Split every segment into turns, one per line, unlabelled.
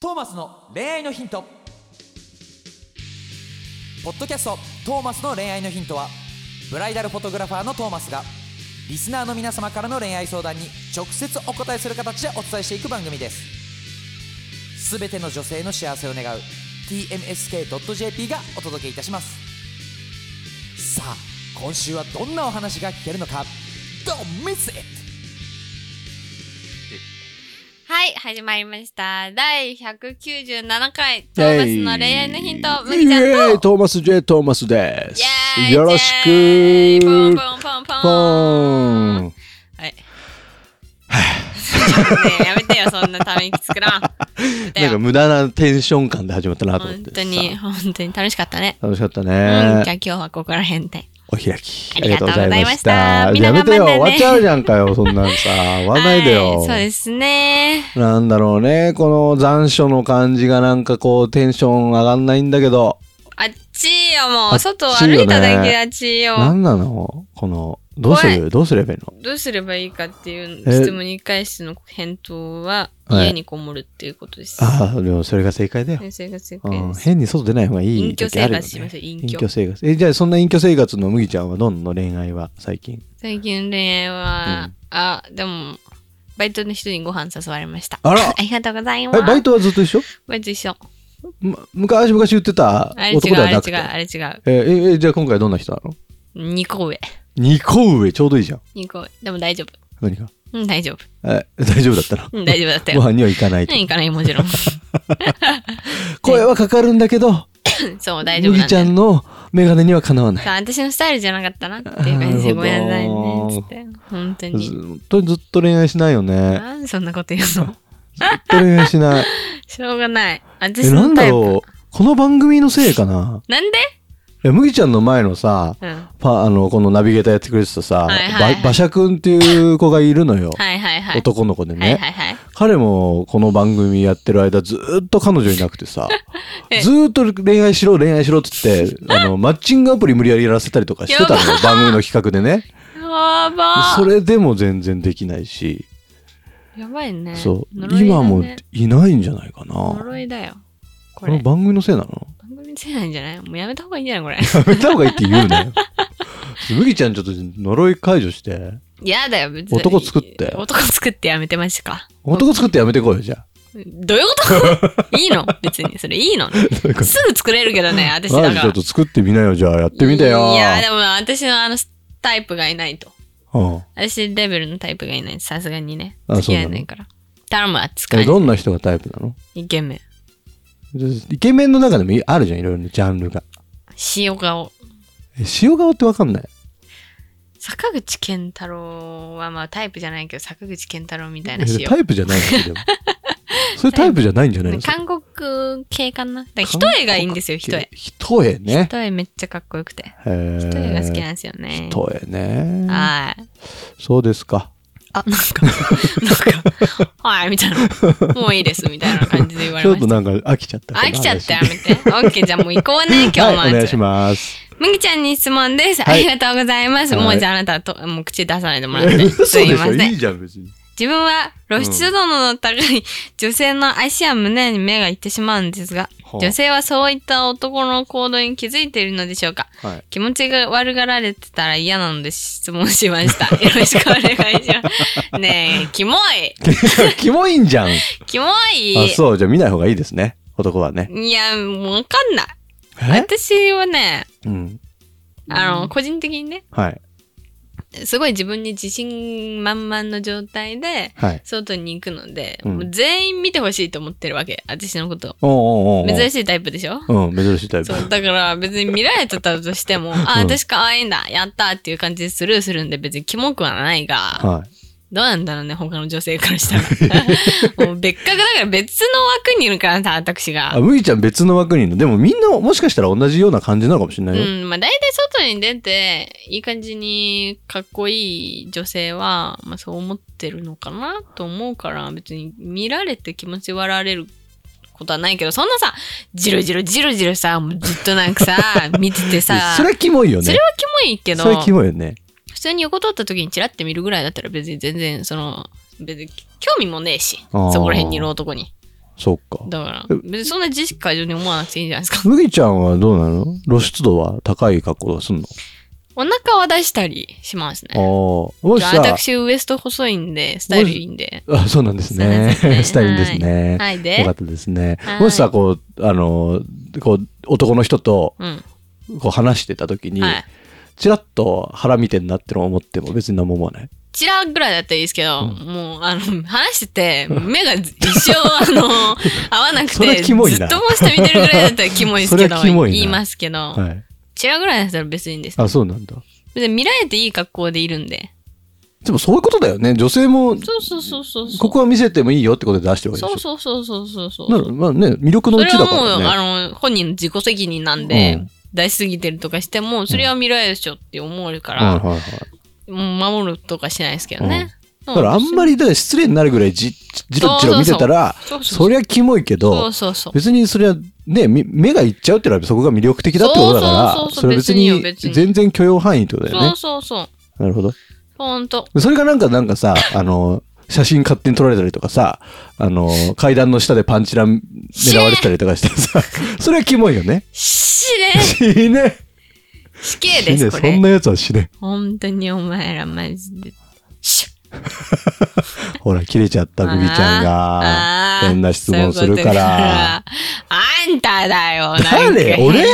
トーマスの恋愛のヒントポッドキャスト「トーマスの恋愛のヒントは」ブライダルフォトグラファーのトーマスがリスナーの皆様からの恋愛相談に直接お答えする形でお伝えしていく番組ですすべての女性の幸せを願う TMSK.jp がお届けいたしますさあ今週はどんなお話が聞けるのか Don't miss it!
はい、始まりました。第197回、トーマスの恋愛のヒント、むぎちゃんと、イ
イエーイ
エ
トーマス J トーマスです
ーイ
よろしく
イエーイポンポンポンポン
ポーン
はい。ねえやめてよ、そんなため息作らん。
なんか無駄なテンション感で始まったなと思っ
本
て
当に、
さ
本当に楽しかったね。
楽しかった
うん、じゃあ
ね
今日はここら辺で。
お開き
ありがとうございました
ありがとうございま
みんな
したやめてよ
頑張ってね
終わっちゃうじゃんかよそんなん さ終わらないで
は
よ
そうですね。
なんだろうねこの残暑の感じがなんかこうテンション上がんないんだけど
あっちいよ、も
あ
う。
っちいよね
外を歩いただけであっちい
な
よ。
んなのこのどうす
怖
るどうすればいいの
どうすればいいかっていう
え
質問に対しての返答は、
はい
家にこもるっていうことです。
ああでもそれが正解だよ
先生が正
う
解
ん、
です。
変に外出ない方がいい
隠居
時
生
あるよね
活しましょう、隠
隠
居
居。生活えじゃあそんな隠居生活の麦ちゃんはどんな恋愛は最近
最近恋愛は、あ、でも、バイトの人にご飯誘われました。
あら
ありがとうございま
え
す。
バイトはずっと一緒、
バイト一緒。
む昔昔言ってた
あれ違
男
う、
では
あれ違
なくて
う、あれ違う。
えええじゃあ今回どんな人なの
2個上。
二個上ちょうどいいじゃん
2個上。でも大丈夫。
何が
うん、大丈夫。
え 大丈夫だったの
うん、大丈夫だった
ご
よ。
飯には行かないと
うん、行かない、も ちろん。
声はかかるんだけど
そう、大丈夫なん
麦
だ
ちゃ
よ。
んの眼鏡にはかなわない
さあ私のスタイルじゃなかったなっていう感じで
あー
ごめんなさいね
なるほど
つって本当
ず
に
っとずっと恋愛しない よね
なんでそんなこと言うの
ずっと恋愛し ない
しょうがない
え
私
なん
のタ
だ
イプ
ろうこの番組のせいかな
なんで
え麦ちゃんの前のさ
うんは
パあのこのナビゲーターやってくれてたさ、
はいはいはい
ば馬車くんっていう子がいるのよ、
いはいはい
男の子で
は
ね、
いはいはい
彼もこの番組やってる間ずーっと彼女いなくてさ
え
ずーっと恋愛しろ恋愛しろっつって あのマッチングアプリ無理やりやらせたりとかしてたのよ番組の企画でね
やば
それでも全然できないし、
やばいね
そう、
呪いだね
今もいないんじゃないかなこ
呪いだよこ
の
れ
番組のせいなの
番組ついないんじゃないもうやめた方がいいんじゃないこれ
やめた方がいいって言 うなよ麦ちゃんちょっと呪い解除して
いやだよ別に
男作って
男作ってやめてましたか
男作ってやめてこいよじゃあ
どういうこと いいの別にそれいいの
ういうこと
すぐ作れるけどね私だ
マ
か
ジちょ
ら
っと作ってみなよじゃあやってみてよ
いやでも私のあのタイプがいないと
うん
私レベルのタイプがいないさすがにね
あ
付き合えないから頼むあっちか
え
ら
どんな人がタイプなの
イケメン
イケメンの中でもいあるじゃんいろいろなジャンルが
塩顔
え塩顔ってわかんない
坂口健太郎はまあタイプじゃないけど坂口健太郎みたいな
え
塩
タイプじゃないので もそれタイプじゃないんじゃないの
韓国系かなだから一重がいいんですよ一重
一重ね
一重めっちゃかっこよくて
一重
一重が好きなんですよね
一重ね
はい
そうですか
あなんかなんかはいみたいなもういいですみたいな感じで言わ
ち
れ
ょ
ま
っと
し
なんか飽きちゃった
た飽きちゃったや
こ
めて OK じゃあもう行こうね今日
の
も、
話はいお願いします
むぎちゃんに質問です。
はい
ありがとうございます。
はい
もうじゃああなたはともう口出さないでもらっ
え
て。
嘘ですし
いま
ょ
せ
いい
ん。
じゃん別に
自分は露出度の高い女性の足や胸に目がいってしまうんですが、
はあ
女性はそういった男の行動に気づいているのでしょうか
はい
気持ちが悪がられてたら嫌なので質問しま した。よろしくお願いします。ねえ、キモい
キモいんじゃん
キモ
あ
い
そうじゃあ見ない方がいいですね男はね
いや、もうわかんない。
え
私はね、
うん
あの、個人的にね、
はい
すごい自分に自信満々の状態で
はい
外に行くので、
うん
もう全員見てほしいと思ってるわけ私のこと
おうおうおうおう
珍しいタイプでしょ
うん、珍しいタイプ。
そうだから別に見られてたとしてもあ
うん
私可愛いんだやったっていう感じでスルーするんで別にキモくはないが、
はい。
どうなんだろうね他の女性からした らもう別格だから別の枠にいるからさ私
あ、
が。
麦ちゃん別の枠にいるの。でもみんなもしかしたら同じような感じなのかもしれ
う
ないよ。
んまあ、大体外に出ていい感じにかっこいい女性は、まあ、そう思ってるのかなと思うから別に見られて気持ち悪られることはないけどそんなさジロジロジロジロさもうずっとなんか さ見ててさ
それはキモいよね。
それはキモいけど
それはキモいよね。
普通に横通った時にチラッて見るぐらいだったら別に全然その別に興味もねえし
あー
そこら辺にいる男に
そっか。
だから、別にそんな自識過剰に思わなくていいんじゃないですか。
麦ちゃんはどうなの露出度は高い格好はすんの
お腹は出したりします
ああ
ね。。
もしさ、
私、ウエスト細いんで、スタイルいいんで。
あそうなんです
そうなん
ね。
ですね
スタイルですね。
はい、
よか
で
っ、たですね
は。い
もしさ、こう、あの、こう、男の人と、
うん。
こう話してた時に、
はい。
チラッと腹見てんなってのを思っても別に何も思わない。
チラぐらいだったらいいですけど、もう、あの、話してて、目が一 生、あの、合わなく
それ
て、ずっ
キ
と
モ
も
いうな
下見てるぐらいだったらキモいですけど、
それキモいな
言いますけど、
はい。
チラぐらいだったら別にいいんです。
あ、そうなんだ。
別に見られていい格好でいるんで。
でもそういうことだよね。女性も、
そうそうそうそうそう。
ここは見せてもいいよってことで出してるわけでし
そ
ょ。
うそうそうそうそうそう。
なるまあね、魅力の
そうれ
ち
は
だ
もう、
からね。
あの、本人の自己責任なんで、
うん
出しすぎてるとかしても、それは見られるでしょって思うか
はい
ら、
はいはい。
もう守るとかしないですけどね。
だからあんま
り、
りだから失礼になるぐらいじじろじろ見てたら、
そうそ
そうりゃキモいけ
そう
ど、
そうそう。
別にそれはね、み目がいっちゃうってのはそこが魅力的だってことだか
そう
ら、
そうそうそう
それは別
別によ
に
別に
全然許容範囲ってことだよ
そ
ね
う。そうそう。
なるほど。
ほんと。
それがなんか、なんかさ、あの、写真勝手に撮られたりとかさ、あの、階段の下でパンチラ狙われてたりとかしてさ、それはキモいよね。
死ね
死ね。
死刑
死
です、
ね。
こ
そん
れ。
なやつは死ね。
本当にお前らマジで。シュッ
ほら、切れちゃった、グビちゃん
あ
が。
ー
変な質問する
そういうこ
から。。
とだからあんただよ。なんか
誰俺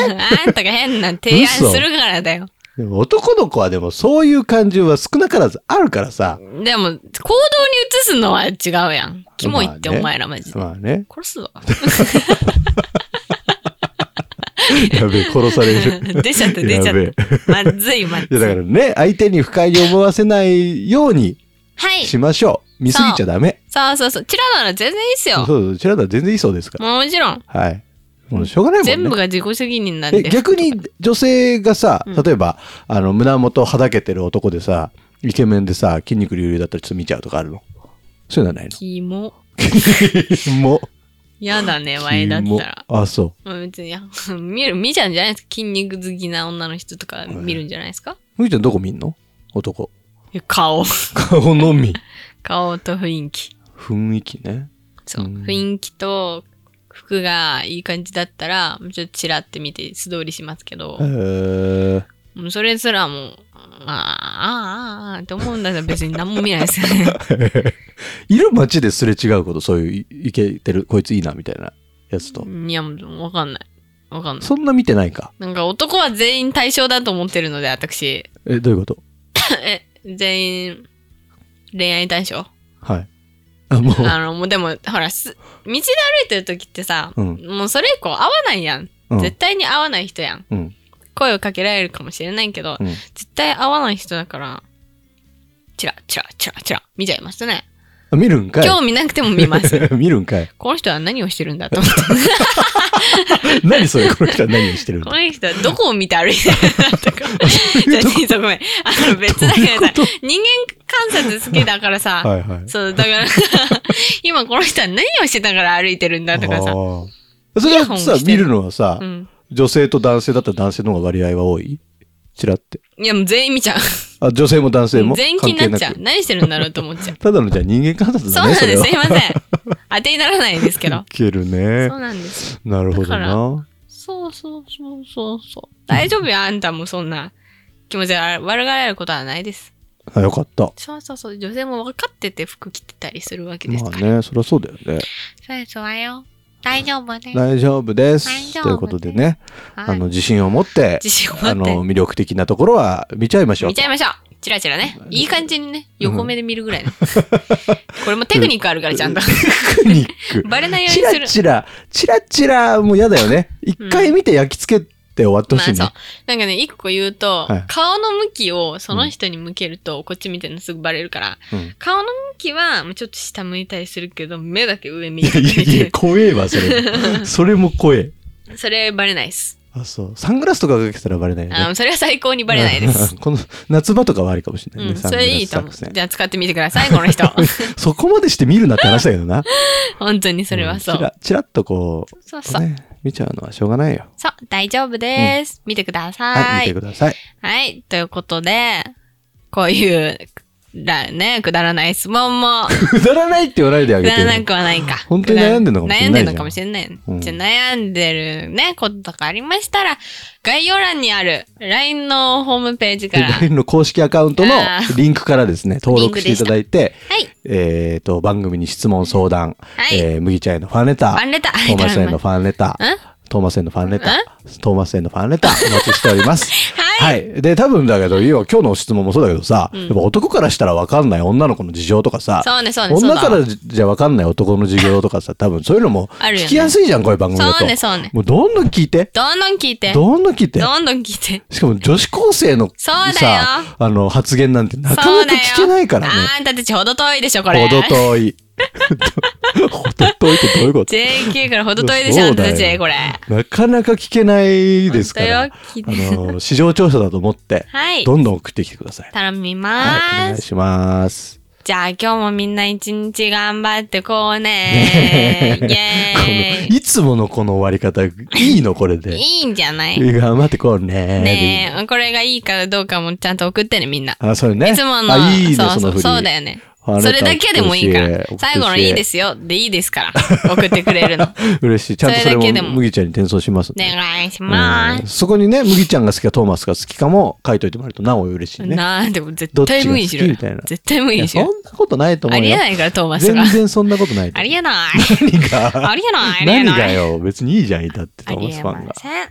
あんたが変な提案するからだよ。
でも男の子はでもそういう感情は少なからずあるからさ。
でも、行動に移すのは違うやん。キモいって
まあね
お前らマジで。
まあね。
殺すぞ。
やべえ、殺され る。
出ちゃった、出ちゃ
やべえ
った。まずい、まず
いや
い。
だからね、相手に不快に思わせないように
はい。
しましょう。見すぎちゃダメ。
そうそうそう。チラなら全然いいっす
そう
よ。
そう、うちらだ全然いいそうですから。
もちろん。
はい。もうしょうがないもんね。
全部が自己責任なん
え
で。
逆に女性がさ、例えば、あの、胸元はだけてる男でさ、イケメンでさ、筋肉隆々だったらちょっと見ちゃうとかあるのそういうのはない
キモ。
のもう。
やだね、ワイだったら。
あ、そ
まあ別に、 見る、見ちゃうんじゃないですか筋肉好きな女の人とか見るんじゃないですか、
う。ふみちゃんどこ見んの男。
いや顔。
顔の み。
顔と雰囲気。
雰囲気ね。
そう。
うん
雰囲気と服がいい感じだったら、ちょっとチラって見て素通りしますけど
え、ー、
もうそれすらもう、あーあー、あーあーって思うんだったら別に何も見ないですよね。
いる街ですれ違うこと、そういうい、いけてる、こいついいな、みたいなやつと。
いや、もうわかんない。わかんない。
そんな見てないか。
なんか男は全員対象だと思ってるので、私。
え、どういうこと
え、全員恋愛対象
はい。あ、もう。
あの、もうでも、ほら、す道で歩いてる時ってさ、
うん
もうそれ以降会わないやん。
うん
絶対に会わない人やん。
うん。
声をかけられるかもしれないけど、
うん
絶対会わない人だから、チラチラチラチラ見ちゃいますね。
あ見るんかい。
興味なくても見 ます。
見るんかい。
この人は何をしてるんだと思 って。
何それこの人は何をしてるん
こ
だ
の人はどこを見て歩いてるん だとか。じゃあ、ちょっとごめん。あの、別だけどさ、人間観察好きだからさ、
はいはい。
そう、だから、 今この人は何をしてたから歩いてるんだとか
あ
さ。
ーそれはさ
イヤホンし、て
見
る
るのはさ、
うん。
女性と男性だったら男性の方が割合は多いちらって。
いや、もう全員見ちゃう。
あ、女性も男性も
全
関
員気にな
係な
っちゃう。
く。
何してるんだろうと思っちゃう。
ただのじゃあ人間観察
そう
だ
なん
ね、そ
で
れ
す。
は。
すいません。当てにならないですけど
い。ける
そ
ね
う。なんですよ。
なるほど
だから
な。
そうそうそうそうそう。大丈夫 よ、あんたもそんな気持ちが悪がられることはないです。
あ、よかった。
そうそうそう。女性も分かってて服着てたりするわけです
ま
か
あ
ら。
ね、そりゃそうだよね。
そうそうよ。大丈夫ね。
大丈夫です
大。丈夫
ということでね、
は
あ
い
の、自信を持って、
自信を持
あの、
っ。
魅力的なところは見ちゃいましてょう
見ち
と。
ゃいましょう。チラチラね。いい感じにね、横目で見るぐらいね。 これもテクニックあるから、ちゃ んと。
テクニッ ク。
バレないよう
チ
にす
ラ
る。
チラ、チラチラ、もう嫌だよね。一回見て焼き付けて終わってほしい
ま
ね
あそう。。なんかね、一個言うと、
はい
顔の向きをその人に向けると、こっち見てるのすぐバレるから、
うん
顔の向きは、もうちょっと下向いたりするけど、目だけ上見た
い
り
やいや、怖えわ、それ。それも怖え。
それバレないです。
あ、そう。サングラスとかかけてたらバレないよ
あ
ね。。
のそれは最高にバレないです。
この夏場とかはありかもしれないうね。
ん、
サン
そ
グラ
れいい
ス
と思
作
う。
戦
じ。ゃあ使ってみてください、この 人。
そこまでして見るなって話だけどな。
本当にそれはそ
んチ
う。
ラチラッとこ
そう
う、
そう。
ね、見ちゃうのはしょうがないよ。
そう、大丈夫です。見てくださ
はい、見
い
て。ください。
はい、ということで、こういうらね、くだらない質問も、
くだらないって言わないであ
く
げ
だ
て
ら
よ。
なくはないか。
本当に悩んでんのかもしれないじ
悩
ゃん
んでのかもしれないよね
うん
じゃあ悩んでるね、こととかありましたら、概要欄にある LINE のホームページから。は
LINE の公式アカウントの
あー
リンクからですね、登録していただいて、
い。
えっ、と、番組に質問相談、
はい
えー麦茶へのファンレター、
ファンレター
トーマスへのファンレタ
ん
ー、トーマスへのファンレター、トーマスへのファンレター、お待ちしております。 はい、で、多分だけど、要は今日の質問もそうだけどさ、やっぱ男からしたらわかんない女の子の事情とかさ、
そうね、そうね、そう
女
だ
か
わ。
らじゃわかんない男の事情とかさ、多分そういうのも
あるよね
聞きやすいじゃん、こういう番組だと。
そうねそうね
もうどんどん聞いて。
どんどん聞いて。
どんどん聞いて。
どんどん聞いて。
しかも女子高生の
そうだよ
さ、あの、発言なんてなか
そう
なか
だよ
聞けないからね。
あんたたちほど遠いでしょ、これ。
ほど遠い。 ほど遠いってどういうこと
JK からほど遠いでしょ、あんたた
そうだ
ち、
よ
これ。
なかなか聞けないですから。あ
本当よ聞いて
の、市場調査だと思って、
はい。
どんどん送ってきてください。
頼み
はい、お
ま
願い
す。
します。
じゃあ今日もみんな一日頑張ってこうねイ
ね。こ
エー
のいつものこの終わり方、いいのこれで
イ。。いいんじゃない
頑張ってこうね。
ねえ、これがいいかどうかもちゃんと送ってね、みんな。
あ、そうよね。
いつもの、
あ、いいね、
そう
そ
そ
の
う、
振り。
そうだよね。
あなた
それだけでもいいから
教え。
最後のいいですよ、でいいです から。送ってくれるの。
嬉しい。ちゃんとそれ
それだけで
も
も
麦ちゃんに転送します
お
ね。
願いしま
うん
す。
そこにね、麦ちゃんが好きかトーマスが好きかも書いといてもらえるとなお嬉しいね。
なんでも絶
どっちが
対無理しろ
好
よ
きみたいな。
絶対無
い
理
や
し
そ
ろよ。
んなことないと思う
あ
よ。
りえないから、トーマスが
全。然そんなことないと
あ
思う。
りえない。
何が
ありえない。ありえ
何
な
が
い。
よ。別にいいじゃん、いたって、
あ
トー
り
マス
え
ファン
ま
が。
せん。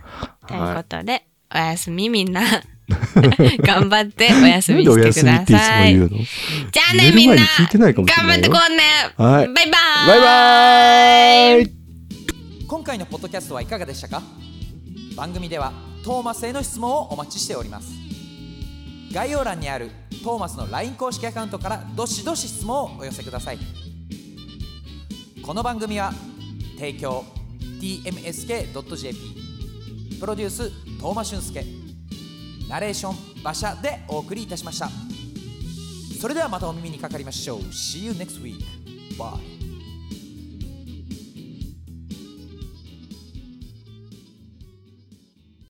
と
はい
いうことで、おやすみみんな。 頑張っておやす
な
み
んでお
してく
やすみっ
だ
ていつも
さい。
言うの
じゃあねみんな
寝る前に聞いてないか
頑
もしれな
張
い
っ
よ
てこうね。
は
バイ
い
バーイ。
バイバーイ
今回のポッドキャストはいかがでしたか番組ではトーマスへの質問をお待ちしております概要欄にあるトーマスの LINE 公式アカウントからどしどし質問をお寄せくださいこの番組は提供 tmsk.jp プロデューストーマ俊介ナレーション馬車でお送りいたしましたそれではまたお耳にかかりましょう See you next week Bye